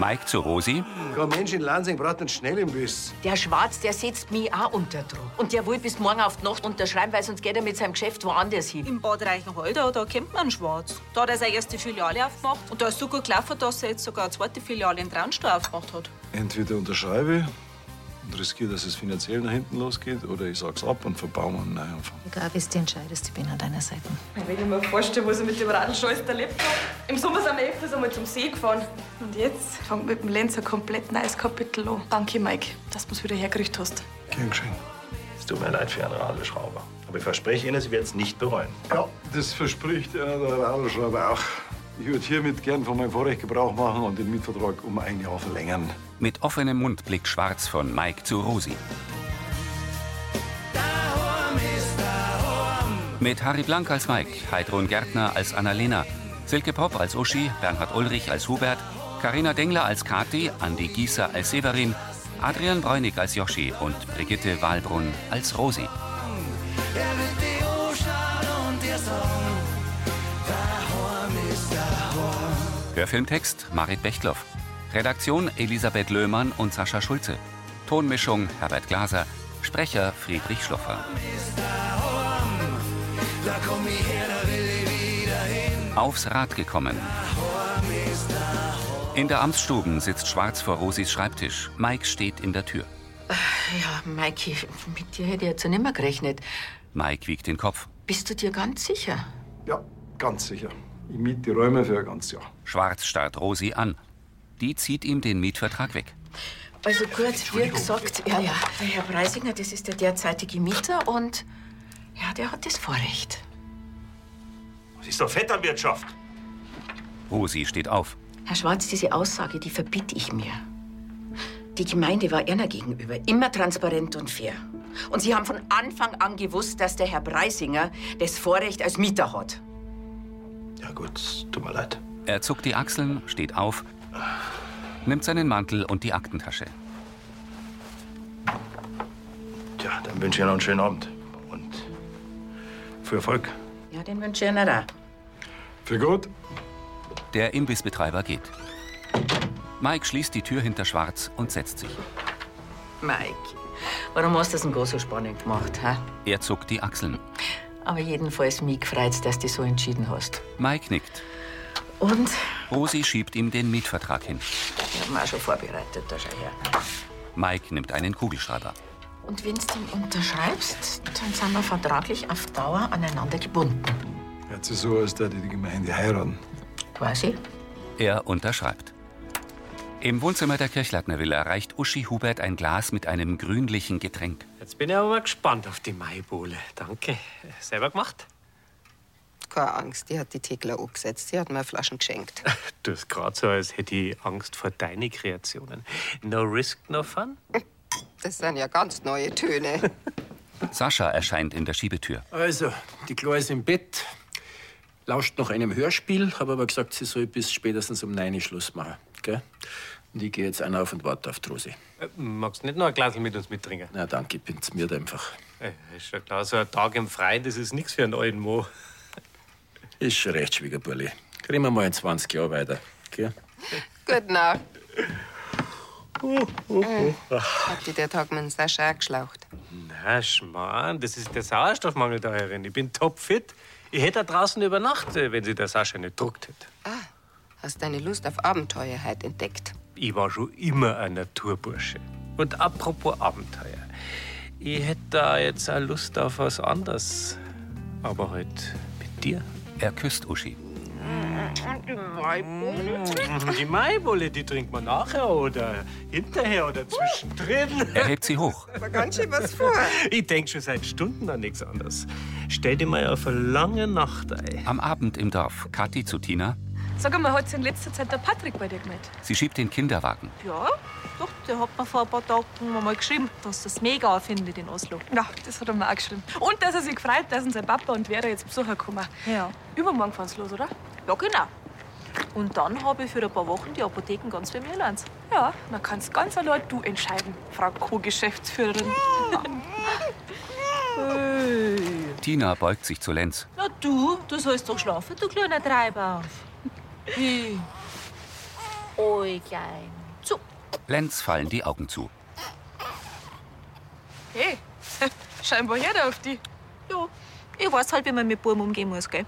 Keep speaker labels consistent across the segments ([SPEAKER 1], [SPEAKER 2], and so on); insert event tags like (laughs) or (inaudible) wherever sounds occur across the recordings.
[SPEAKER 1] Mike zu Rosi.
[SPEAKER 2] Kein Mensch in Lansing braucht einen schnellen Bus.
[SPEAKER 3] Der Schwarz, der setzt mich auch unter Druck. Und der will bis morgen auf die Nacht unterschreiben, weil sonst geht er mit seinem Geschäft woanders hin.
[SPEAKER 4] Im Bad Reichenholder, da kennt man einen Schwarz. Da hat er seine erste Filiale aufgemacht und da ist so gut gelaufen, dass er jetzt sogar eine zweite Filiale in Traunstein aufgemacht hat.
[SPEAKER 5] Entweder unterschreibe und riskiere, dass es finanziell nach hinten losgeht, oder ich sag's ab und verbaue mir einen Neuanfang.
[SPEAKER 6] Egal, wie du entscheidest, ich bin an deiner Seite.
[SPEAKER 7] Wenn ich mir vorstelle, was ich mit dem Radlscheiß erlebt habe. Im Sommer sind wir öfters einmal zum See gefahren. Und jetzt fängt mit dem Lenz ein komplett neues Kapitel an. Danke, Mike, dass du es wieder hergerichtet hast.
[SPEAKER 5] Gern geschehen.
[SPEAKER 8] Es tut mir leid für einen Radelschrauber. Aber ich verspreche Ihnen, Sie werden es nicht bereuen.
[SPEAKER 5] Ja, das verspricht einer der Radlschreiber auch. Ich würde hiermit gern von meinem Vorrecht Gebrauch machen und den Mietvertrag um ein Jahr verlängern.
[SPEAKER 1] Mit offenem Mund blickt Schwarz von Mike zu Rosi. Mit Harry Blank als Mike, Heidrun Gärtner als Annalena, Silke Popp als Uschi, Bernhard Ulrich als Hubert, Karina Dengler als Kathi, Andi Gieser als Severin, Adrian Bräunig als Joschi und Brigitte Wahlbrunn als Rosi. Hörfilmtext Marit Bechtloff. Redaktion Elisabeth Löhmann und Sascha Schulze. Tonmischung Herbert Glaser. Sprecher Friedrich Schloffer. Aufs Rad gekommen. In der Amtsstuben sitzt Schwarz vor Rosis Schreibtisch. Mike steht in der Tür.
[SPEAKER 3] Äh, Ja, Maiki, mit dir hätte ich jetzt ja nimmer gerechnet.
[SPEAKER 1] Mike wiegt den Kopf.
[SPEAKER 3] Bist du dir ganz sicher?
[SPEAKER 5] Ja, ganz sicher. Ich miete die Räume für ein ganzes Jahr.
[SPEAKER 1] Schwarz starrt Rosi an. Die zieht ihm den Mietvertrag weg.
[SPEAKER 3] Also gut, wie gesagt, ja, ja, der Herr Preisinger, das ist der derzeitige Mieter und ja, der hat das Vorrecht.
[SPEAKER 8] Das ist doch Vetternwirtschaft.
[SPEAKER 1] Rosi steht auf.
[SPEAKER 3] Herr Schwarz, diese Aussage, die verbitte ich mir. Die Gemeinde war Erna gegenüber immer transparent und fair. Und Sie haben von Anfang an gewusst, dass der Herr Preisinger das Vorrecht als Mieter hat.
[SPEAKER 8] Ja gut, tut mir leid.
[SPEAKER 1] Er zuckt die Achseln, steht auf, nimmt seinen Mantel und die Aktentasche.
[SPEAKER 8] Tja, dann wünsche ich Ihnen noch einen schönen Abend. Und viel Erfolg.
[SPEAKER 3] Ja, den wünsche ich Ihnen auch.
[SPEAKER 5] Für gut.
[SPEAKER 1] Der Imbissbetreiber geht. Mike schließt die Tür hinter Schwarz und setzt sich.
[SPEAKER 3] Mike, warum hast du das denn gar so spannend gemacht? Hä?
[SPEAKER 1] Er zuckt die Achseln.
[SPEAKER 3] Aber jedenfalls mich freut's, dass du so entschieden hast.
[SPEAKER 1] Mike nickt.
[SPEAKER 3] Und?
[SPEAKER 1] Rosi schiebt ihm den Mietvertrag hin.
[SPEAKER 3] Ich hab mich auch schon vorbereitet, da schau her.
[SPEAKER 1] Mike nimmt einen Kugelschreiber.
[SPEAKER 3] Und wenn du den unterschreibst, dann sind wir vertraglich auf Dauer aneinander gebunden.
[SPEAKER 5] Hört sich so aus, dass die die Gemeinde heiraten.
[SPEAKER 3] Quasi?
[SPEAKER 1] Er unterschreibt. Im Wohnzimmer der Kirchleitner Villa reicht Uschi Hubert ein Glas mit einem grünlichen Getränk.
[SPEAKER 9] Jetzt bin ich aber mal gespannt auf die Maibohle. Danke. Selber gemacht?
[SPEAKER 10] Keine Angst, die hat die Tegler angesetzt. Die hat mir Flaschen geschenkt.
[SPEAKER 9] Du hast gerade so, als hätte ich Angst vor deinen Kreationen. No risk, no fun?
[SPEAKER 10] Das sind ja ganz neue Töne.
[SPEAKER 1] Sascha erscheint in der Schiebetür.
[SPEAKER 11] Also, die Kleine ist im Bett, lauscht nach einem Hörspiel, habe aber gesagt, sie soll bis spätestens um 9 Uhr Schluss machen. Gell? Und ich gehe jetzt einen auf und warte auf die Rosi.
[SPEAKER 9] Äh, Magst nicht noch ein Glas mit uns mittrinken?
[SPEAKER 11] Na danke, ich bin's mir einfach.
[SPEAKER 9] Äh, Ist schon klar, so ein Tag im Freien, das ist nichts für einen alten Mo.
[SPEAKER 11] Ist schon recht, Schwiegerburli. Kriegen wir mal in 20 Jahren weiter. Gell?
[SPEAKER 10] Gute Nacht. Äh, Hat die der Tag meinen Sascha auch geschlaucht?
[SPEAKER 9] Na, Schmarrn, das ist der Sauerstoffmangel da herin. Ich bin topfit. Ich hätte da draußen übernachtet, wenn sie der Sascha nicht druckt hätte.
[SPEAKER 10] Hast deine Lust auf Abenteuer heute entdeckt?
[SPEAKER 9] Ich war schon immer ein Naturbursche. Und apropos Abenteuer. Ich hätte da jetzt auch Lust auf was anderes. Aber halt mit dir.
[SPEAKER 1] Er küsst Uschi.
[SPEAKER 9] Die Maiwolle, die trinkt man nachher oder hinterher oder zwischendrin.
[SPEAKER 1] Er hebt sie hoch.
[SPEAKER 10] Aber ganz schön was vor.
[SPEAKER 9] Ich denke schon seit Stunden an nichts anderes. Stell dir mal auf eine lange Nacht ein.
[SPEAKER 1] Am Abend im Dorf. Kathi zu Tina.
[SPEAKER 7] Sag mal, hat sich in letzter Zeit der Patrick bei dir gemeldet?
[SPEAKER 1] Sie schiebt den Kinderwagen.
[SPEAKER 4] Ja, doch, der hat mir vor ein paar Tagen mal geschrieben, dass das mega findet in Oslo.
[SPEAKER 7] Na, das hat er mir auch geschrieben. Und dass er sich gefreut, dass uns sein Papa und Vera jetzt besuchen kommen.
[SPEAKER 4] Ja.
[SPEAKER 7] Übermorgen fahren's los, oder?
[SPEAKER 4] Ja, genau. Und dann habe ich für ein paar Wochen die Apotheken ganz für mich allein.
[SPEAKER 7] Ja, dann kannst ganz allein du entscheiden, Frau
[SPEAKER 4] (laughs)
[SPEAKER 7] Co-Geschäftsführerin. (laughs)
[SPEAKER 4] Äh,
[SPEAKER 1] Tina beugt sich zu Lenz.
[SPEAKER 4] Na du, du sollst doch schlafen, du kleiner Treiber. Wie? Oh
[SPEAKER 12] Ruhig, Klein. Zu.
[SPEAKER 1] Lenz fallen die Augen zu.
[SPEAKER 7] (laughs)
[SPEAKER 4] Hey, scheinbar jeder auf die. Ja, ich weiß halt, wie man mit Buben umgehen muss, gell?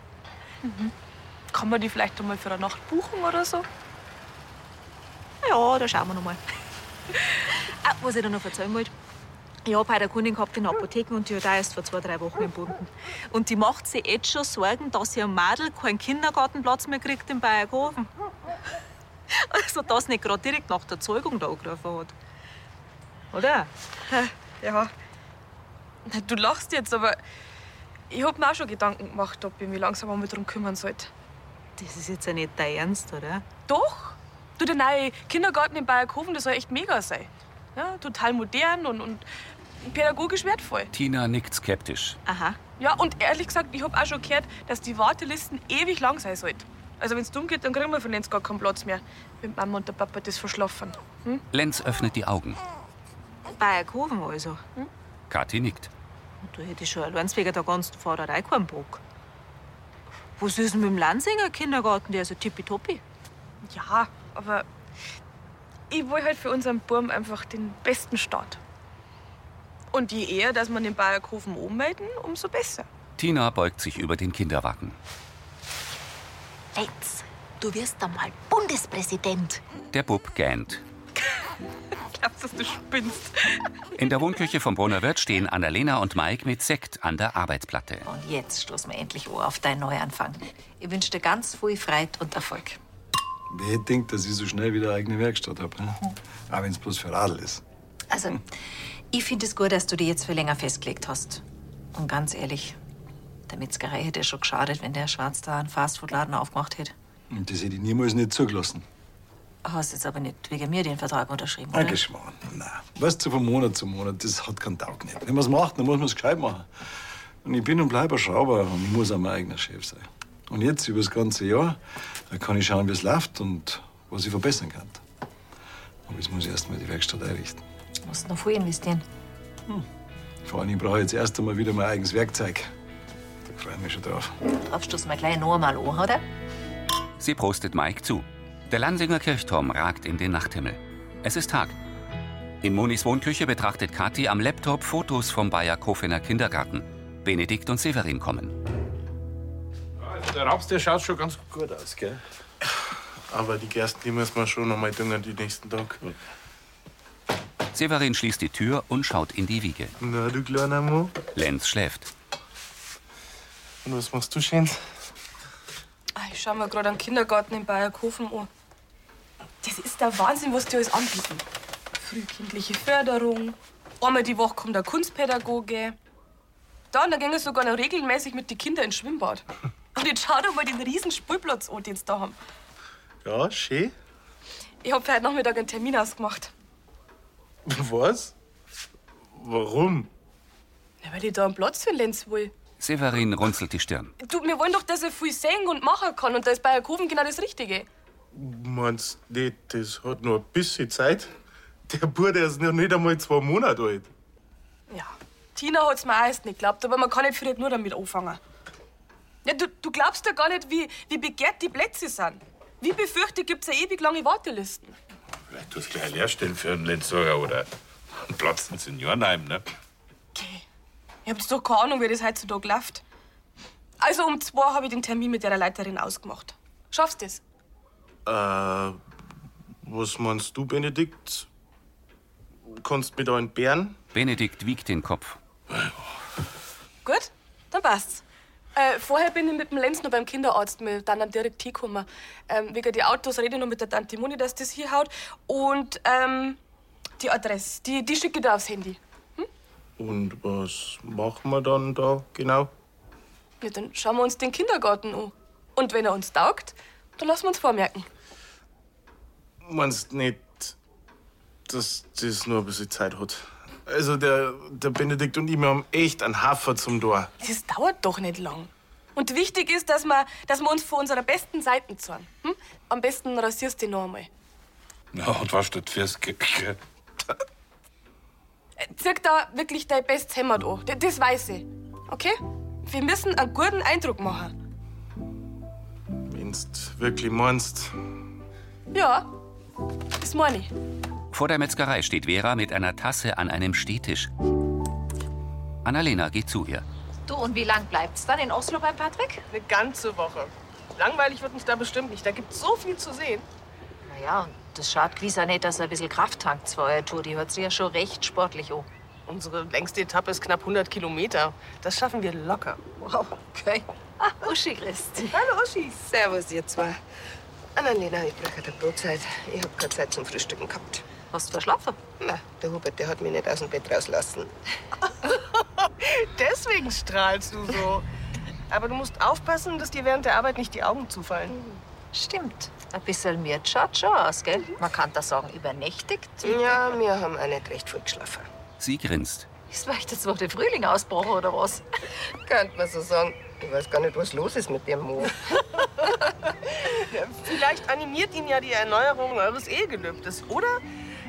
[SPEAKER 7] Mhm. Kann man die vielleicht einmal für eine Nacht buchen oder so?
[SPEAKER 4] Ja, da schauen wir noch
[SPEAKER 7] (laughs)
[SPEAKER 4] mal. ah, was ich dir noch erzählen wollte. Ich hab heute eine Kundin gehabt in der Apotheke und die hat auch erst vor zwei, drei Wochen entbunden. Und die macht sich jetzt schon Sorgen, dass ihr Madel keinen Kindergartenplatz mehr kriegt in Bayerhofen. (laughs) Also, dass nicht gerade direkt nach der Zeugung da angerufen hat. Oder?
[SPEAKER 7] Ja. Na, Du lachst jetzt, aber ich hab mir auch schon Gedanken gemacht, ob ich mich langsam einmal darum kümmern sollte.
[SPEAKER 4] Das ist jetzt ja nicht dein Ernst, oder?
[SPEAKER 7] Doch! Du, der neue Kindergarten in Bayerkofen, das soll echt mega sein. Ja, total modern und, und pädagogisch wertvoll.
[SPEAKER 1] Tina nickt skeptisch.
[SPEAKER 4] Aha.
[SPEAKER 7] Ja, und ehrlich gesagt, ich hab auch schon gehört, dass die Wartelisten ewig lang sein sollten. Also, wenn's dumm geht, dann kriegen wir von denen gar keinen Platz mehr. Wenn die Mama und der Papa das verschlafen. Hm?
[SPEAKER 1] Lenz öffnet die Augen.
[SPEAKER 4] Bayerkofen also.
[SPEAKER 1] Kathi nickt.
[SPEAKER 4] Du hättest schon allein wegen der ganzen Fahrerei keinen Bock. Was ist denn mit dem Lansinger Kindergarten? Der ist ja tippitoppi.
[SPEAKER 7] Ja, aber ich will halt für unseren Burm einfach den besten Start. Und je eher, dass man den Bayerkofen ummelden, umso besser.
[SPEAKER 1] Tina beugt sich über den Kinderwagen.
[SPEAKER 12] Lenz, du wirst dann mal
[SPEAKER 7] (laughs)
[SPEAKER 12] Bundespräsident.
[SPEAKER 1] Der Bub gähnt.
[SPEAKER 7] Glaubst du, du spinnst?
[SPEAKER 1] In der Wohnküche vom Brunner Wirt stehen Annalena und Mike mit Sekt an der Arbeitsplatte.
[SPEAKER 6] Und jetzt stoßen wir endlich an auf deinen Neuanfang. Ich wünsche dir ganz viel Freude und Erfolg.
[SPEAKER 5] Wer denkt, dass ich so schnell wieder eine eigene Werkstatt habe? Ne? Auch wenn es bloß für Radl ist.
[SPEAKER 6] Also, ich finde es gut, dass du dich jetzt für länger festgelegt hast. Und ganz ehrlich, der Metzgerei hätte ja schon geschadet, wenn der Schwarz da einen Fastfood-Laden aufgemacht hätte.
[SPEAKER 5] Und das hätte ich niemals nicht zugelassen.
[SPEAKER 6] Hast jetzt aber nicht wegen mir den Vertrag unterschrieben, oder?
[SPEAKER 5] Ein Geschmarrn. Nein. Weißt du, von Monat zu Monat, das hat keinen Tag nicht. Wenn man es macht, dann muss man es gescheit machen. Und ich bin und bleibe ein Schrauber und ich muss auch mein eigener Chef sein. Und jetzt, über das ganze Jahr, da kann ich schauen, wie es läuft und was ich verbessern kann. Aber jetzt muss ich erst mal die Werkstatt einrichten.
[SPEAKER 6] Du musst noch viel investieren.
[SPEAKER 5] Vor allem, ich brauche jetzt erst einmal wieder mein eigenes Werkzeug. Da freue ich mich schon drauf.
[SPEAKER 6] Drauf stoßen wir gleich noch einmal an, oder?
[SPEAKER 1] Sie prostet Mike zu. Der Lansinger Kirchturm ragt in den Nachthimmel. Es ist Tag. In Monis Wohnküche betrachtet Kathi am Laptop Fotos vom Bayer Kofener Kindergarten. Benedikt und Severin kommen.
[SPEAKER 13] Der Raps, der schaut schon ganz gut aus, gell?
[SPEAKER 8] Aber die Gersten, die müssen wir schon noch mal düngen, die nächsten Tag.
[SPEAKER 1] Severin schließt die Tür und schaut in die Wiege.
[SPEAKER 8] Na, du kleiner Mo.
[SPEAKER 1] Lenz schläft.
[SPEAKER 8] Und was machst du schön?
[SPEAKER 7] Ah, Ich schau mir gerade einen Kindergarten in Bayerkofen an. Das ist der Wahnsinn, was die alles anbieten. Frühkindliche Förderung. Einmal die Woche kommt der Kunstpädagoge. Dann, da gehen sie sogar noch regelmäßig mit den Kindern ins Schwimmbad. Und jetzt schau dir mal den riesen Spielplatz an, den sie da haben.
[SPEAKER 8] Ja, schön. (laughs)
[SPEAKER 7] Ich hab für heute Nachmittag einen Termin ausgemacht.
[SPEAKER 8] Was? Warum?
[SPEAKER 7] Na, weil ich da einen Platz für den Lenz will.
[SPEAKER 1] Severin runzelt die Stirn.
[SPEAKER 7] Du, wir wollen doch, dass er viel sehen und machen kann. Und da ist Bayerkofen genau das Richtige.
[SPEAKER 8] Meinst du nicht, das hat noch ein bisschen Zeit? Der Bub, der ist noch nicht einmal zwei Monate alt.
[SPEAKER 7] Ja, Tina hat's mir auch erst nicht geglaubt, aber man kann nicht vielleicht nur damit anfangen. Ja, du, du glaubst ja gar nicht, wie, wie begehrt die Plätze sind. Wie befürchtet gibt's ja ewig lange Wartelisten.
[SPEAKER 13] Vielleicht tust du gleich eine Lehrstelle für einen Lenzoger oder einen Platz in Seniorenheim, ne?
[SPEAKER 7] Ich hab jetzt doch keine Ahnung, wie das heutzutage läuft. Also um zwei habe ich den Termin mit der Leiterin ausgemacht. Schaffst du's?
[SPEAKER 8] Äh, was meinst du, Benedikt? Kannst mit deinen Bären?
[SPEAKER 1] Benedikt wiegt den Kopf.
[SPEAKER 7] Gut, dann passt's. Äh, vorher bin ich mit dem Lenz noch beim Kinderarzt, wir dann am direkt hinkommen. Ähm, wegen die Autos rede ich noch mit der Tante Moni, dass das hier haut. Und ähm, die Adresse, die, die schicke ich dir aufs Handy.
[SPEAKER 8] Und was machen wir dann da genau?
[SPEAKER 7] Ja, dann schauen wir uns den Kindergarten an. Und wenn er uns taugt, dann lassen wir uns vormerken.
[SPEAKER 8] Meinst nicht, dass das nur ein bisschen Zeit hat? Also, der, der Benedikt und ich, wir haben echt einen Hafer zum Tor.
[SPEAKER 7] Das dauert doch nicht lang. Und wichtig ist, dass wir, dass wir uns vor unserer besten Seiten zeigen. Hm? Am besten rasierst du dich noch einmal.
[SPEAKER 13] Na, und was steht fürs Ge- Ge-
[SPEAKER 7] Äh, Zieh da wirklich dein bestes Hemd an. D- Das weiß ich. Okay? Wir müssen einen guten Eindruck machen.
[SPEAKER 8] Wenn's wirklich meinst.
[SPEAKER 7] Ja. das meine ich.
[SPEAKER 1] Vor der Metzgerei steht Vera mit einer Tasse an einem Stehtisch. Annalena geht zu ihr.
[SPEAKER 6] Du, und wie lang bleibt's dann in Oslo beim Patrick?
[SPEAKER 7] Eine ganze Woche. Langweilig wird mich da bestimmt nicht. Da gibt's so viel zu sehen.
[SPEAKER 6] Naja, und das schadet gewiss auch nicht, dass er ein bisschen Kraft tankt zu eurer Tour. Die hört sich ja schon recht sportlich an.
[SPEAKER 7] Unsere längste Etappe ist knapp 100 Kilometer. Das schaffen wir locker.
[SPEAKER 10] Wow, okay.
[SPEAKER 6] Ah, Uschi, grüß dich.
[SPEAKER 10] Hallo Uschi. Servus, ihr zwei. Annalena, ich brauche eine Brotzeit. Ich hab keine Zeit zum Frühstücken gehabt.
[SPEAKER 6] Hast du verschlafen?
[SPEAKER 10] Nein, der Hubert, der hat mich nicht aus dem Bett rauslassen.
[SPEAKER 7] (laughs) Deswegen strahlst du so. Aber du musst aufpassen, dass dir während der Arbeit nicht die Augen zufallen.
[SPEAKER 6] Stimmt. Ein bisschen mir schaut schon aus, gell?
[SPEAKER 7] Mhm.
[SPEAKER 6] Man kann da sagen, übernächtigt.
[SPEAKER 10] Ja, wir haben auch nicht recht viel geschlafen.
[SPEAKER 1] Sie grinst.
[SPEAKER 6] Ist vielleicht jetzt noch der Frühling ausbrochen oder was?
[SPEAKER 10] (laughs) Könnte man so sagen. Ich weiß gar nicht, was los ist mit dem Mo.
[SPEAKER 7] Vielleicht animiert ihn ja die Erneuerung eures Ehegelübdes, oder?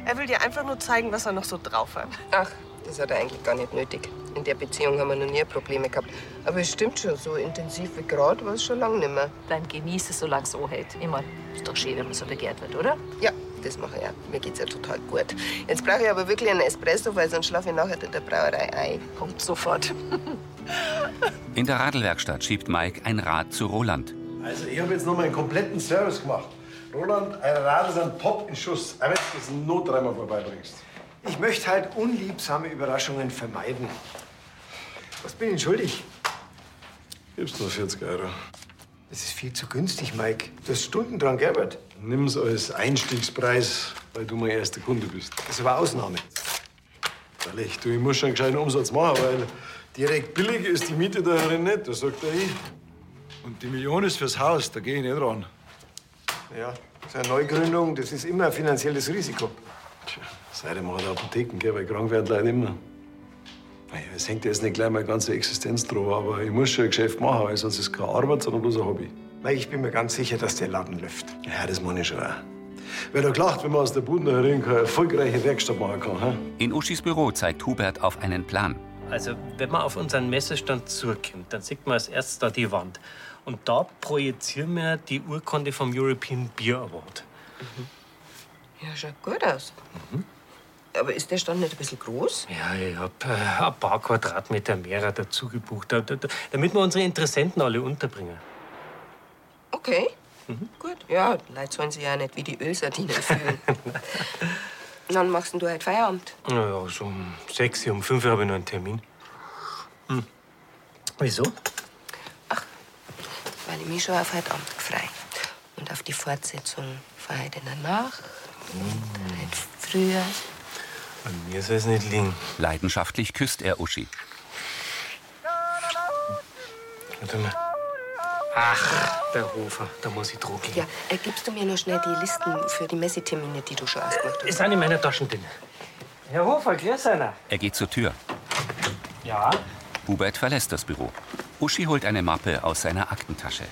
[SPEAKER 7] Er will dir einfach nur zeigen, was er noch so drauf hat.
[SPEAKER 10] Ach, das hat er eigentlich gar nicht nötig. In der Beziehung haben wir noch nie Probleme gehabt. Aber es stimmt schon, so intensiv wie gerade war es schon lange nicht mehr.
[SPEAKER 6] Dann genieße es, solange es anhält. Immer. Ist doch schön, wenn man so begehrt wird, oder?
[SPEAKER 10] Ja, das mache ich ja. Mir geht's ja total gut. Jetzt brauche ich aber wirklich einen Espresso, weil sonst schlafe ich nachher in der Brauerei ein.
[SPEAKER 6] Kommt sofort. (laughs)
[SPEAKER 1] In der Radlwerkstatt schiebt Mike ein Rad zu Roland.
[SPEAKER 2] Also, ich habe jetzt noch meinen kompletten Service gemacht. Roland, ein Radl ist ein Top in Schuss. Aber wenn du das nur dreimal vorbeibringst. Ich möchte halt unliebsame Überraschungen vermeiden. Was bin ich schuldig?
[SPEAKER 5] Gib's nur 40 Euro.
[SPEAKER 2] Das ist viel zu günstig, Mike. Du hast Stunden dran gearbeitet.
[SPEAKER 5] Nimm's als Einstiegspreis, weil du mein erster Kunde bist.
[SPEAKER 2] Das ist aber Ausnahme.
[SPEAKER 5] Ehrlich, du, ich muss schon einen gescheiten Umsatz machen, weil direkt billig ist die Miete da drin nicht. Das sagt er ich. Und die Million ist fürs Haus, da gehe ich nicht ran.
[SPEAKER 2] Ja, so eine Neugründung, das ist immer ein finanzielles Risiko.
[SPEAKER 5] Tja, seitdem hat er Apotheken, gell, weil krank werden Leute immer. Naja, es hängt Ah ja jetzt nicht gleich meine ganze Existenz drüber, aber ich muss schon ein Geschäft machen, weil sonst ist es keine Arbeit, sondern bloß ein Hobby.
[SPEAKER 2] Mike, ich bin mir ganz sicher, dass der Laden läuft.
[SPEAKER 5] Ja, das meine ich schon auch. Wer da gelacht, wenn man aus der Bude herin keine erfolgreiche Werkstatt machen kann, hä?
[SPEAKER 1] In Uschis Büro zeigt Hubert auf einen Plan.
[SPEAKER 9] Also, wenn man auf unseren Messestand zukommt, dann sieht man als erstes da die Wand. Und da projizieren wir die Urkunde vom European Beer Award.
[SPEAKER 10] Ja, schaut gut aus. Aber ist der Stand nicht ein bisschen groß?
[SPEAKER 9] Ja, ich habe äh, ein paar Quadratmeter mehr dazu gebucht, da- da- da- damit wir unsere Interessenten alle unterbringen.
[SPEAKER 10] Okay. Gut. Ja, die Leute sollen sich ja nicht wie die Ölsardinen fühlen. Dann machst denn du halt Feierabend.
[SPEAKER 9] Na ja, so um sechs, um fünf habe ich noch einen Termin. Hm. Wieso?
[SPEAKER 10] Weil ich mich schon auf heute Abend frei. Und auf die Fortsetzung von heute in der Nacht.
[SPEAKER 9] Mhm.
[SPEAKER 10] Früher.
[SPEAKER 9] An mir soll es nicht liegen.
[SPEAKER 1] Leidenschaftlich küsst er Uschi.
[SPEAKER 9] Warte mal. Ach, der Hofer, da muss ich drucken.
[SPEAKER 10] Ja, äh, gibst du mir nur schnell die Listen für die Messetermine, die du schon ausgemacht hast?
[SPEAKER 9] Ist eine in meiner Taschen drin. Herr Hofer, grüß einer.
[SPEAKER 1] Er geht zur Tür.
[SPEAKER 9] Ja?
[SPEAKER 1] Hubert verlässt das Büro. Uschi holt eine Mappe aus seiner Aktentasche.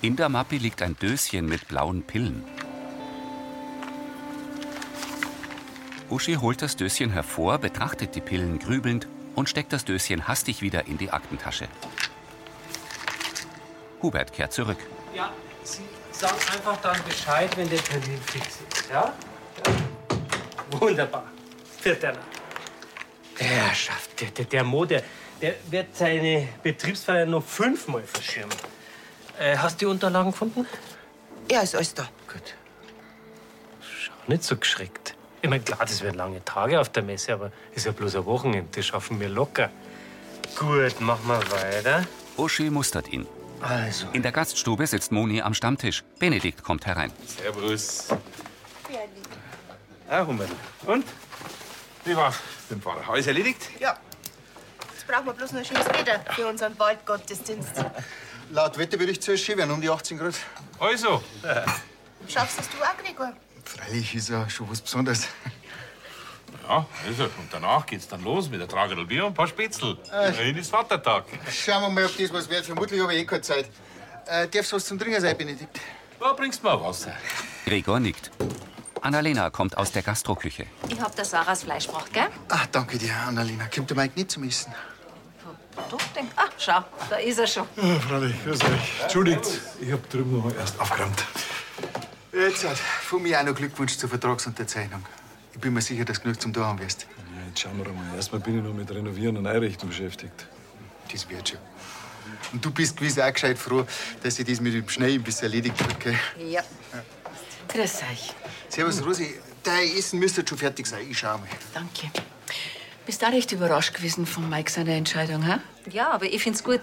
[SPEAKER 1] In der Mappe liegt ein Döschen mit blauen Pillen. Uschi holt das Döschen hervor, betrachtet die Pillen grübelnd und steckt das Döschen hastig wieder in die Aktentasche. Hubert kehrt zurück.
[SPEAKER 9] Ja, Sie sagen einfach dann Bescheid, wenn der Termin fix ist, ja? Wunderbar. Vierter. Der schafft, der, der, der Mo, der, der wird seine Betriebsfeier noch fünfmal verschirmen. Äh, hast du die Unterlagen gefunden?
[SPEAKER 10] Ja, ist alles da.
[SPEAKER 9] Gut. Schau, nicht so geschreckt. Ich meine, klar, das werden lange Tage auf der Messe, aber ist ja bloß ein Wochenende, das schaffen wir locker. Gut, machen wir weiter.
[SPEAKER 1] Uschi mustert ihn.
[SPEAKER 9] Also.
[SPEAKER 1] In der Gaststube sitzt Moni am Stammtisch. Benedikt kommt herein.
[SPEAKER 13] Servus. Ah, Hummerl. Und? Wie war's mit dem Pfarrer? Alles erledigt?
[SPEAKER 14] Ja. Jetzt brauchen wir bloß noch ein schönes Wetter für unseren Waldgottesdienst.
[SPEAKER 15] Laut Wetterbericht soll es schön werden, um die 18 Grad. Also.
[SPEAKER 14] Schaffst das du auch, Gregor?
[SPEAKER 15] Freilich ist ja schon was Besonderes.
[SPEAKER 13] Ja, also. Und danach geht's dann los mit der Tragerl Bier und ein paar Spätzl.
[SPEAKER 15] Äh.
[SPEAKER 13] Hin ist Vatertag.
[SPEAKER 15] Schauen wir mal, ob das was wird. Vermutlich habe ich eh keine Zeit. Äh, darf's was zum Trinken sein, Benedikt?
[SPEAKER 13] Da bringst du mir Wasser.
[SPEAKER 1] Gregor nickt. Annalena kommt aus der Gastroküche.
[SPEAKER 6] Ich hab der Sarahs Fleisch gebracht, gell?
[SPEAKER 15] Ah, danke dir, Annalena. Kommt der Mike nicht zum Essen?
[SPEAKER 6] Du denkst, ah, schau, da ist er schon.
[SPEAKER 5] Ja, freilich, grüß euch. Entschuldigt, ich hab drüben noch mal erst aufgeräumt.
[SPEAKER 15] Jetzt halt. von mir auch noch Glückwunsch zur Vertragsunterzeichnung. Ich bin mir sicher, dass du genug zum Tun haben wirst.
[SPEAKER 5] Ja, jetzt schauen wir doch mal. Erstmal bin ich noch mit Renovieren und Einrichten beschäftigt.
[SPEAKER 15] Das wird schon. Und du bist gewiss auch gescheit froh, dass sich das mit dem Schnellimbiss erledigt hat, gell?
[SPEAKER 3] Ja. Grüß euch.
[SPEAKER 15] Servus, Rosi. Dein Essen müsste schon fertig sein. Ich schau mal.
[SPEAKER 3] Danke. Bist du auch recht überrascht gewesen von Mike seiner Entscheidung, hä?
[SPEAKER 6] Ja, aber ich find's gut.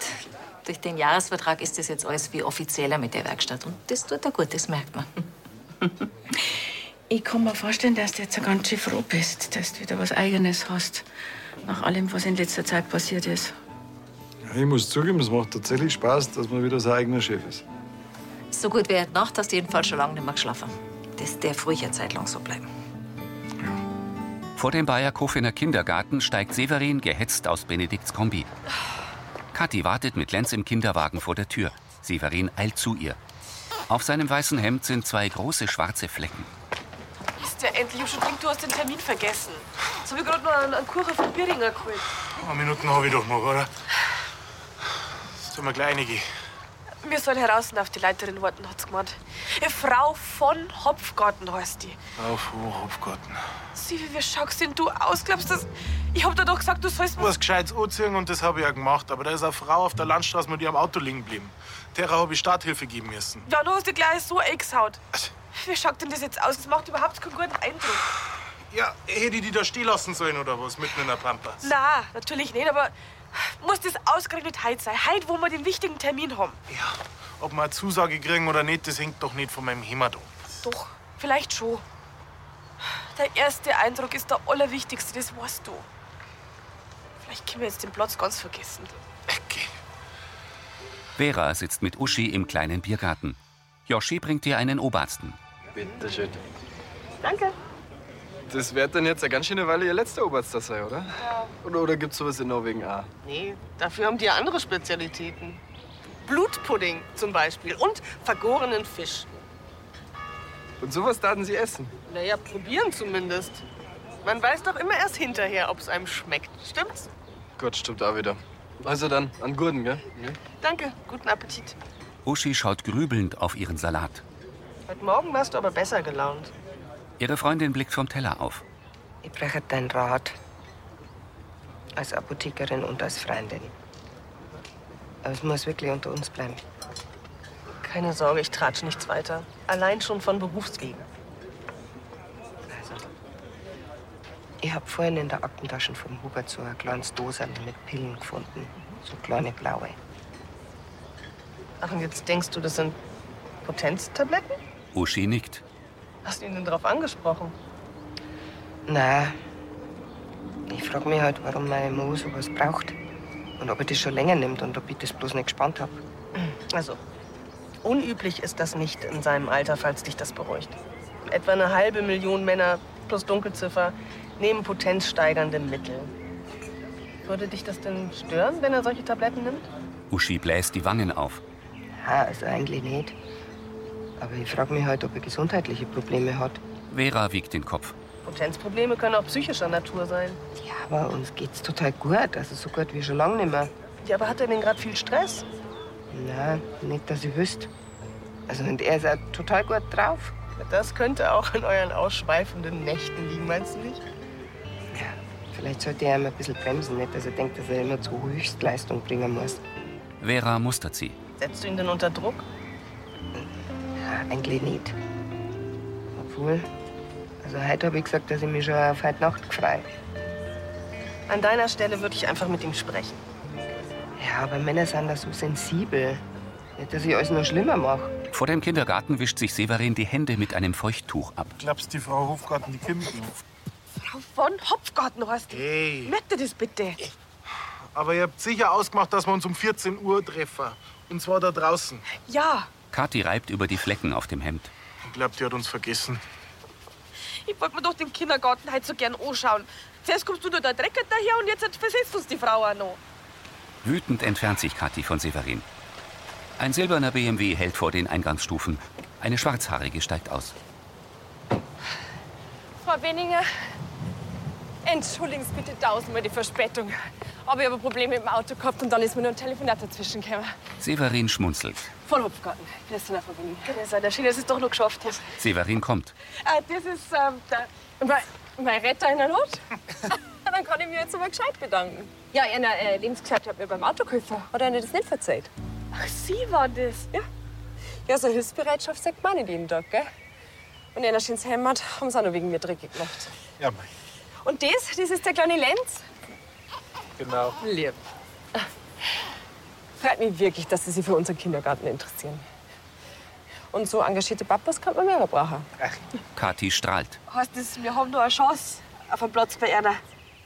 [SPEAKER 6] Durch den Jahresvertrag ist das jetzt alles wie offizieller mit der Werkstatt. Und das tut er gut, das merkt man.
[SPEAKER 3] Ich kann mir vorstellen, dass du jetzt so ganz schön froh bist, dass du wieder was Eigenes hast. Nach allem, was in letzter Zeit passiert ist.
[SPEAKER 5] Ja, ich muss zugeben, es macht tatsächlich Spaß, dass man wieder sein eigener Chef ist.
[SPEAKER 6] So gut wie er die Nacht hast du jedenfalls schon lange nicht mehr geschlafen. Das darf ruhig eine Zeit lang so bleiben.
[SPEAKER 1] Vor dem Bayerkofener Kindergarten steigt Severin gehetzt aus Benedikts Kombi. Kathi wartet mit Lenz im Kinderwagen vor der Tür. Severin eilt zu ihr. Auf seinem weißen Hemd sind zwei große schwarze Flecken.
[SPEAKER 7] Ist ja endlich. Ich hab schon gedacht, du hast den Termin vergessen. Jetzt hab ich gerade noch einen, einen Kuchen von Biringer geholt.
[SPEAKER 8] Ein paar Minuten habe ich doch noch, oder? Jetzt tun wir gleich einige.
[SPEAKER 7] Wir sollen heraus und auf die Leiterin warten, hat's gemeint. Eine Frau von Hopfgarten heißt die.
[SPEAKER 8] Auf Hochhopfgarten.
[SPEAKER 7] Sieh, wie schaust denn du aus? Glaubst du das? Ich hab dir doch gesagt, du sollst mir.
[SPEAKER 8] Was Gescheites anziehen und das habe ich auch gemacht. Aber da ist eine Frau auf der Landstraße mit ihrem Auto liegen geblieben. Derer habe ich Starthilfe geben müssen.
[SPEAKER 7] Ja, du hast die gleich so eingesaut. Wie schaut denn das jetzt aus? Das macht überhaupt keinen guten Eindruck.
[SPEAKER 8] Ja, hätte ich die da stehen lassen sollen oder was? Mitten in der Pampa.
[SPEAKER 7] Na, natürlich nicht, aber muss das ausgerechnet heute sein? Heute, wo wir den wichtigen Termin haben.
[SPEAKER 8] Ob wir eine Zusage kriegen oder nicht, das hängt doch nicht von meinem Hämat ab.
[SPEAKER 7] Doch, vielleicht schon. Der erste Eindruck ist der allerwichtigste, das weißt du. Vielleicht können wir jetzt den Platz ganz vergessen.
[SPEAKER 1] Vera sitzt mit Uschi im kleinen Biergarten. Yoshi bringt ihr einen Obersten.
[SPEAKER 16] Bitte schön.
[SPEAKER 14] Danke.
[SPEAKER 16] Das wird dann jetzt eine ganz schöne Weile Ihr letzter Oberster sein, oder?
[SPEAKER 14] Ja.
[SPEAKER 16] Oder, oder gibt's sowas in Norwegen auch?
[SPEAKER 14] Nee, dafür haben die ja andere Spezialitäten. Blutpudding zum Beispiel und vergorenen Fisch.
[SPEAKER 16] Und sowas daten Sie essen?
[SPEAKER 14] Naja, probieren zumindest. Man weiß doch immer erst hinterher, ob es einem schmeckt. Stimmt's?
[SPEAKER 16] Gott, stimmt auch wieder. Also dann, an Gurden, gell?
[SPEAKER 14] Danke, guten Appetit.
[SPEAKER 1] Uschi schaut grübelnd auf ihren Salat.
[SPEAKER 14] Heute Morgen warst du aber besser gelaunt.
[SPEAKER 1] Ihre Freundin blickt vom Teller auf.
[SPEAKER 10] Ich brauche deinen Rat. Als Apothekerin und als Freundin. Aber es muss wirklich unter uns bleiben.
[SPEAKER 14] Keine Sorge, ich tratsch nichts weiter. Allein schon von Berufswegen.
[SPEAKER 10] Ich hab vorhin in der Aktentasche vom Hubert so ein kleines Doserl mit Pillen gefunden. So kleine blaue.
[SPEAKER 14] Ach, und jetzt denkst du, das sind Potenztabletten?
[SPEAKER 1] Uschi nickt.
[SPEAKER 14] Hast du ihn denn drauf angesprochen?
[SPEAKER 10] Na, ich frage mich halt, warum meine Mo sowas braucht. Und ob er das schon länger nimmt und ob ich das bloß nicht gespannt hab.
[SPEAKER 14] Also, unüblich ist das nicht in seinem Alter, falls dich das beruhigt. Etwa eine halbe Million Männer plus Dunkelziffer nehmen potenzsteigernde Mittel. Würde dich das denn stören, wenn er solche Tabletten nimmt?
[SPEAKER 1] Uschi bläst die Wangen auf.
[SPEAKER 10] Ja, also eigentlich nicht. Aber ich frage mich halt, ob er gesundheitliche Probleme hat.
[SPEAKER 1] Vera wiegt den Kopf.
[SPEAKER 14] Potenzprobleme können auch psychischer Natur sein.
[SPEAKER 10] Aber uns geht's total gut. Also so gut wie schon lange nicht mehr.
[SPEAKER 14] Ja, aber hat er denn gerade viel Stress?
[SPEAKER 10] Na, nicht, dass ich wüsste. Also und er ist auch total gut drauf.
[SPEAKER 14] Das könnte auch in euren ausschweifenden Nächten liegen, meinst du nicht?
[SPEAKER 10] Vielleicht sollte er ihm ein bisschen bremsen, nicht, dass er denkt, dass er immer zur Höchstleistung bringen muss.
[SPEAKER 1] Vera mustert sie.
[SPEAKER 14] Setzt du ihn denn unter Druck?
[SPEAKER 10] Ja, eigentlich nicht. Obwohl, also heute habe ich gesagt, dass ich mich schon auf heute Nacht freue.
[SPEAKER 14] An deiner Stelle würde ich einfach mit ihm sprechen.
[SPEAKER 10] Ja, aber Männer sind da so sensibel. Nicht, dass ich alles noch schlimmer mache.
[SPEAKER 1] Vor dem Kindergarten wischt sich Severin die Hände mit einem Feuchttuch ab.
[SPEAKER 8] Klappst die Frau Hofgarten die Kimpen auf.
[SPEAKER 7] Frau von Hopfgarten heißt die.
[SPEAKER 8] Hey.
[SPEAKER 7] Merkt ihr das bitte?
[SPEAKER 8] Aber ihr habt sicher ausgemacht, dass wir uns um 14 Uhr treffen. Und zwar da draußen.
[SPEAKER 7] Ja,
[SPEAKER 1] Kathi reibt über die Flecken auf dem Hemd.
[SPEAKER 8] Ich glaub, die hat uns vergessen.
[SPEAKER 7] ich wollte mir doch den Kindergarten halt so gern anschauen. Zuerst kommst du nur der Drecker daher und jetzt versetzt uns die Frau auch noch.
[SPEAKER 1] Wütend entfernt sich Kathi von Severin. Ein silberner BMW hält vor den Eingangsstufen. Eine Schwarzhaarige steigt aus.
[SPEAKER 17] Frau Benninger, entschuldigen Sie bitte tausendmal die Verspätung. Aber ich habe ein Problem mit dem Auto gehabt und dann ist mir nur ein Telefonat dazwischen gekommen.
[SPEAKER 1] Severin schmunzelt.
[SPEAKER 17] Von Hopfgarten. Wir sind einfach Berlin. Grüß euch, der Schiene, es ist doch noch geschafft. jetzt.
[SPEAKER 1] Severin kommt.
[SPEAKER 17] Ah, das ist ähm, der, mein, mein Retter in der Not. (laughs) dann kann ich mir jetzt mal gescheit bedanken. Ja, ihr äh, Lebensgescheit habt mir beim Auto geholfen. Hat er das nicht verzeiht? Ach, sie war das. Ja. Ja, so Hilfsbereitschaft sagt man nicht jeden Tag, gell? Und in der Schins Heimat haben sie auch noch wegen mir dreckig gemacht.
[SPEAKER 16] Ja, mein.
[SPEAKER 17] Und das, das ist der kleine Lenz.
[SPEAKER 16] Genau.
[SPEAKER 17] Lieb. Freut mich wirklich, dass Sie sich für unseren Kindergarten interessieren. Und so engagierte Papas kann man mehr brauchen.
[SPEAKER 1] Kathi strahlt.
[SPEAKER 17] Heißt das, wir haben noch eine Chance auf einen Platz bei einer?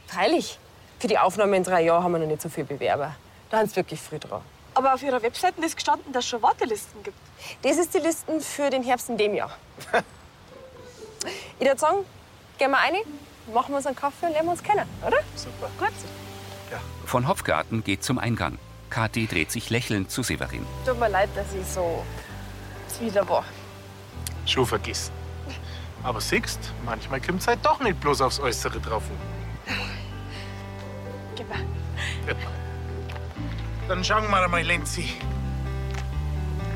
[SPEAKER 17] Freilich. Für die Aufnahme in drei Jahren haben wir noch nicht so viele Bewerber. Da haben sie wirklich früh dran. Aber auf Ihrer Webseite ist gestanden, dass es schon Wartelisten gibt. Das ist die Listen für den Herbst in dem Jahr. (laughs) ich würde sagen, gehen wir rein, machen wir uns einen Kaffee und lernen uns kennen, oder? Super. Gut.
[SPEAKER 1] Von Hopfgarten geht zum Eingang. Kathi dreht sich lächelnd zu Severin.
[SPEAKER 17] Tut mir leid, dass ich so wieder war.
[SPEAKER 8] Schon vergessen. Aber siehst, manchmal kommt es halt doch nicht bloß aufs Äußere drauf. um. an.
[SPEAKER 17] Gib her.
[SPEAKER 8] Dann schauen wir mal, Lenzi.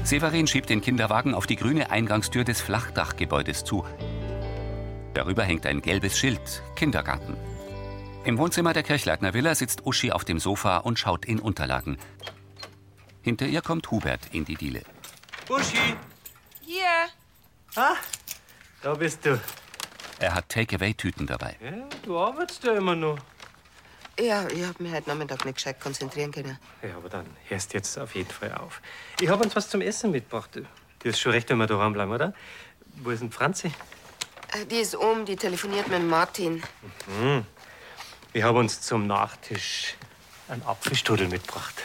[SPEAKER 1] Severin schiebt den Kinderwagen auf die grüne Eingangstür des Flachdachgebäudes zu. Darüber hängt ein gelbes Schild: Kindergarten. Im Wohnzimmer der Kirchleitner Villa sitzt Uschi auf dem Sofa und schaut in Unterlagen. Hinter ihr kommt Hubert in die Diele.
[SPEAKER 9] Uschi!
[SPEAKER 7] Hier.
[SPEAKER 9] Ah, da bist du.
[SPEAKER 1] Er hat Takeaway-Tüten dabei.
[SPEAKER 9] Ja, du arbeitest ja immer noch.
[SPEAKER 10] Ja, ich hab mich heute Nachmittag nicht gescheit konzentrieren können.
[SPEAKER 9] Ja, aber dann hörst jetzt auf jeden Fall auf. Ich habe uns was zum Essen mitgebracht. Du hast schon recht, wenn wir da bleiben, oder? Wo ist denn Franzi?
[SPEAKER 10] Äh, Die ist um, die telefoniert mit dem Martin.
[SPEAKER 9] Hm. Ich habe uns zum Nachtisch einen Apfelstrudel mitgebracht.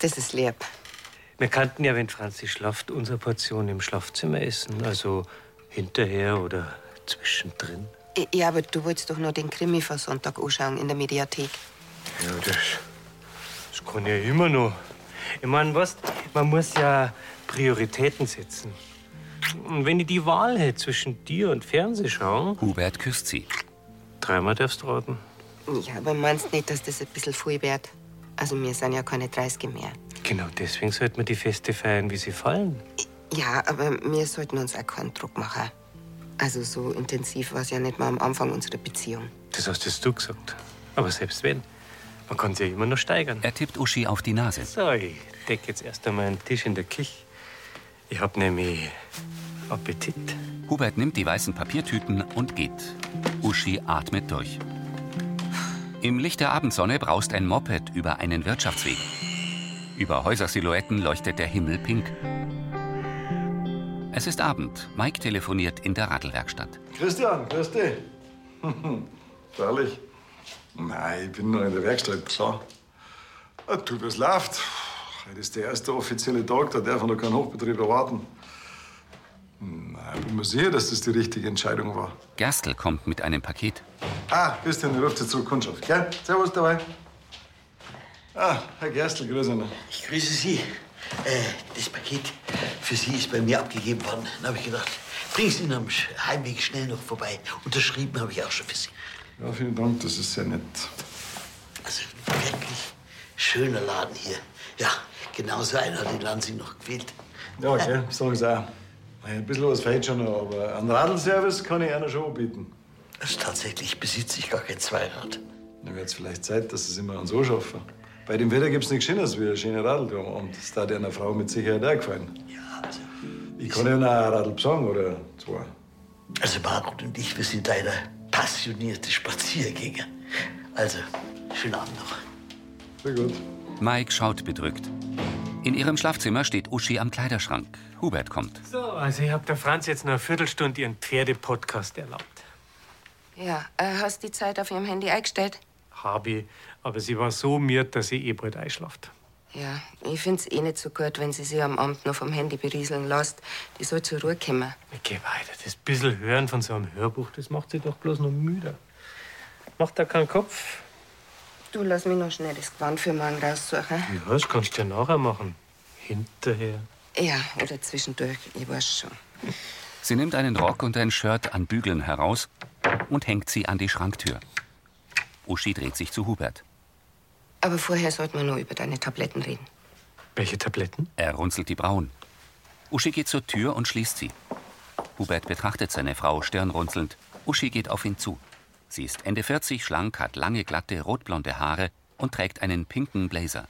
[SPEAKER 10] Das ist lieb.
[SPEAKER 9] Wir könnten ja, wenn Franzi schlaft, unsere Portion im Schlafzimmer essen. Also hinterher oder zwischendrin.
[SPEAKER 10] I- Äh, Ja, aber du wolltest doch noch den Krimi von Sonntag anschauen in der Mediathek.
[SPEAKER 9] Ja, das, das kann ja immer noch. Ich meine, was? Man muss ja Prioritäten setzen. Und wenn ich die Wahl hätte zwischen dir und Fernsehschauen.
[SPEAKER 1] Hubert küsst sie.
[SPEAKER 9] Dreimal darfst du raten.
[SPEAKER 10] Ja, aber meinst nicht, dass das ein bisschen viel wird? Also, wir sind ja keine 30 mehr.
[SPEAKER 9] Genau deswegen sollte man die Feste feiern, wie sie fallen.
[SPEAKER 10] Ja, aber wir sollten uns auch keinen Druck machen. Also, so intensiv war es ja nicht mal am Anfang unserer Beziehung.
[SPEAKER 9] Das hast jetzt du gesagt. Aber selbst wenn, man kann sie ja immer noch steigern.
[SPEAKER 1] Er tippt Uschi auf die Nase.
[SPEAKER 9] So, ich decke jetzt erst einmal einen Tisch in der Küche. Ich hab nämlich Appetit.
[SPEAKER 1] Hubert nimmt die weißen Papiertüten und geht. Uschi atmet durch. Im Licht der Abendsonne braust ein Moped über einen Wirtschaftsweg. Über Häusersilhouetten leuchtet der Himmel pink. Es ist Abend. Mike telefoniert in der Radlwerkstatt.
[SPEAKER 5] Christian, grüß dich. (laughs) Herrlich. Nein, ich bin noch in der Werkstatt, klar. Ah, du, was läuft? Heute ist der erste offizielle Tag, da darf man noch keinen Hochbetrieb erwarten. Hm, Nein, ich bin mir sicher, dass das die richtige Entscheidung war.
[SPEAKER 1] Gerstl kommt mit einem Paket.
[SPEAKER 5] Ah, Christian, ich rufe dich zurück, Kundschaft, gell? Servus dabei. Ah, Herr Gerstl, grüß Ihnen.
[SPEAKER 18] Ich grüße Sie. Äh, das Paket für Sie ist bei mir abgegeben worden. Dann habe ich gedacht, bring es Ihnen am Sch- Heimweg schnell noch vorbei. Unterschrieben habe ich auch schon für Sie.
[SPEAKER 5] Ja, vielen Dank, das ist sehr nett.
[SPEAKER 18] Schöner Laden hier. Ja, genau so einen hat in Lansing noch gefehlt.
[SPEAKER 5] Ja, gell, sagen Sie auch. Ein bisschen was fehlt schon noch, aber einen Radlservice kann ich einer schon anbieten.
[SPEAKER 18] Also tatsächlich besitze ich gar kein Zweirad.
[SPEAKER 5] Dann wird es vielleicht Zeit, dass Sie es immer so schaffen. Bei dem Wetter gibt es nichts Schönes wie eine schöne Radeltour. Und das hat einer Frau mit Sicherheit auch gefallen. Ja, also. Ich kann ja noch ein Radl besorgen oder zwei.
[SPEAKER 18] Also Margot und ich, wir sind leider passionierte Spaziergänger. Also, schönen Abend noch.
[SPEAKER 5] Sehr gut.
[SPEAKER 1] Mike schaut bedrückt. In ihrem Schlafzimmer steht Uschi am Kleiderschrank. Hubert kommt.
[SPEAKER 9] So, also ich hab der Franz jetzt noch eine Viertelstunde ihren Pferdepodcast erlaubt.
[SPEAKER 10] Ja, äh, hast die Zeit auf ihrem Handy eingestellt?
[SPEAKER 9] Hab ich. Aber sie war so miert, dass sie eh bald einschlaft.
[SPEAKER 10] Ja, ich find's eh nicht so gut, wenn sie sich am Abend noch vom Handy berieseln lässt. Die soll zur Ruhe kommen.
[SPEAKER 9] Geh weiter. Das bisschen Hören von so einem Hörbuch, das macht sie doch bloß noch müder. Macht da keinen Kopf.
[SPEAKER 10] Du lass mich noch schnell das Gewand für morgen raussuchen.
[SPEAKER 9] Ja, das kannst du ja nachher machen. Hinterher.
[SPEAKER 10] Ja, oder zwischendurch, ich weiß schon.
[SPEAKER 1] Sie nimmt einen Rock und ein Shirt an Bügeln heraus und hängt sie an die Schranktür. Uschi dreht sich zu Hubert.
[SPEAKER 10] Aber vorher sollten wir noch über deine Tabletten reden.
[SPEAKER 1] Welche Tabletten? Er runzelt die Brauen. Uschi geht zur Tür und schließt sie. Hubert betrachtet seine Frau stirnrunzelnd. Uschi geht auf ihn zu. Sie ist Ende 40, schlank, hat lange, glatte, rotblonde Haare und trägt einen pinken Blazer.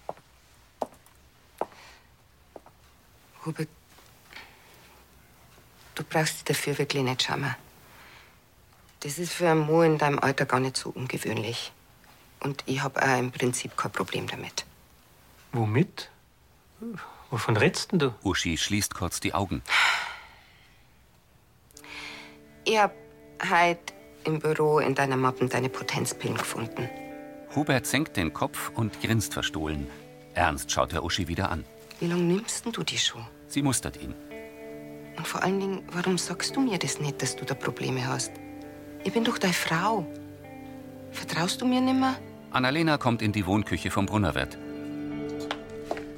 [SPEAKER 10] Hubert, du brauchst dich dafür wirklich nicht schämen. Das ist für einen Mann in deinem Alter gar nicht so ungewöhnlich. Und ich habe auch im Prinzip kein Problem damit.
[SPEAKER 9] Womit? Wovon redst denn du?
[SPEAKER 1] Uschi schließt kurz die Augen.
[SPEAKER 10] Ich hab heute halt im Büro in deiner Mappen deine Potenzpillen gefunden.
[SPEAKER 1] Hubert senkt den Kopf und grinst verstohlen. Ernst schaut er Uschi wieder an.
[SPEAKER 10] Wie lange nimmst denn du die schon?
[SPEAKER 1] Sie mustert ihn.
[SPEAKER 10] Und vor allen Dingen, warum sagst du mir das nicht, dass du da Probleme hast? Ich bin doch deine Frau. Vertraust du mir nimmer?
[SPEAKER 1] Annalena kommt in die Wohnküche vom Brunnerwirt.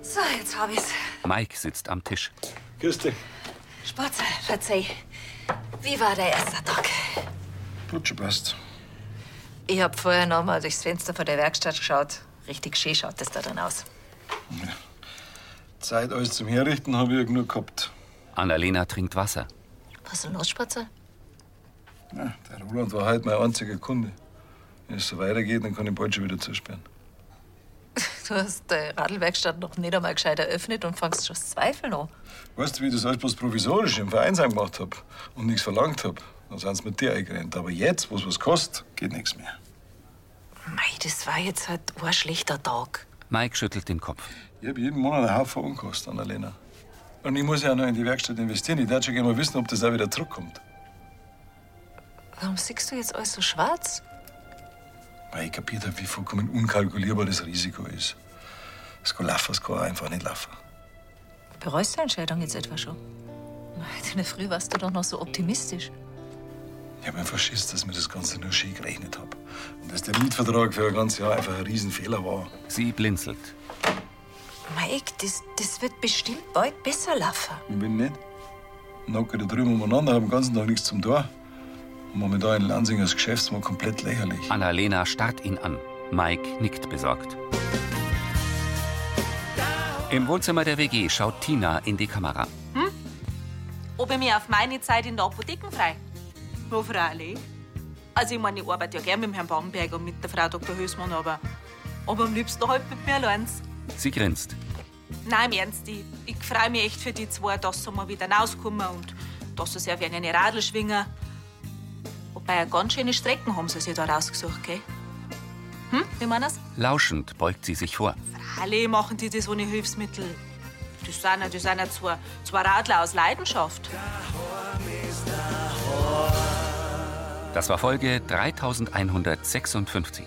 [SPEAKER 12] So, jetzt hab ich's.
[SPEAKER 1] Mike sitzt am Tisch.
[SPEAKER 5] Grüß dich.
[SPEAKER 12] Spatze, verzeih. Wie war der erste Tag?
[SPEAKER 5] Gut, schon passt.
[SPEAKER 6] Ich hab vorher noch mal durchs Fenster vor der Werkstatt geschaut. Richtig schön schaut das da drin aus.
[SPEAKER 5] Zeit, alles zum Herrichten habe ich ja genug gehabt.
[SPEAKER 1] Annalena trinkt Wasser.
[SPEAKER 6] Was ist denn los, Spatze?
[SPEAKER 5] Ja, der Roland war halt mein einziger Kunde. Wenn es so weitergeht, dann kann ich bald schon wieder zusperren.
[SPEAKER 6] Du hast die Radlwerkstatt noch nicht einmal gescheit eröffnet und fangst schon das Zweifeln an.
[SPEAKER 5] Weißt du, wie ich das alles bloß provisorisch im Verein sein gemacht habe und nichts verlangt habe? Dann sind sie mit dir eingerennt. Aber jetzt, wo es was kostet, geht nichts mehr.
[SPEAKER 6] Mei, das war jetzt halt ein schlechter Tag.
[SPEAKER 1] Mike schüttelt den Kopf.
[SPEAKER 5] Ich habe jeden Monat einen Haufen Unkosten, Annalena. Und ich muss ja auch noch in die Werkstatt investieren. Ich würde schon gerne mal wissen, ob das auch wieder zurückkommt.
[SPEAKER 6] Warum siehst du jetzt alles so schwarz?
[SPEAKER 5] Weil ich kapiert habe, wie vollkommen unkalkulierbar das Risiko ist. Es kann laufen, es kann auch einfach nicht laufen.
[SPEAKER 6] Bereust du deine Entscheidung jetzt etwa schon? Heute in der Früh warst du doch noch so optimistisch.
[SPEAKER 5] Ich habe einfach Schiss, dass mir das Ganze nur schick gerechnet habe. Und dass der Mietvertrag für ein ganzes Jahr einfach ein Riesenfehler war.
[SPEAKER 1] Sie blinzelt.
[SPEAKER 6] Mike, das, das wird bestimmt bald besser laufen.
[SPEAKER 5] Und wenn nicht, nacke da drüben umeinander, haben den ganzen Tag nichts zum Tor. Und momentan in Lansing als Geschäftsmann komplett lächerlich.
[SPEAKER 1] Annalena starrt ihn an. Mike nickt besorgt. Im Wohnzimmer der WG schaut Tina in die Kamera.
[SPEAKER 4] Hm? Ob ich mich auf meine Zeit in der Apotheken frei? Wo freilich. Also, ich meine, ich arbeite ja gern mit Herrn Bamberger und mit der Frau Dr. Hösmann, aber, aber am liebsten halt mit mir allein.
[SPEAKER 1] Sie grinst.
[SPEAKER 4] Nein, im Ernst, ich, ich freue mich echt für die zwei, dass sie mal wieder rauskommen und dass sie sich auf eine Radl schwingen. Wobei, eine ganz schöne Strecken haben sie sich da rausgesucht, gell? Hm, wie meinst
[SPEAKER 1] Lauschend beugt sie sich vor.
[SPEAKER 4] Alle machen die das ohne Hilfsmittel. Das sind ja, das sind ja zwei, zwei Radler aus Leidenschaft.
[SPEAKER 1] Das war Folge 3156.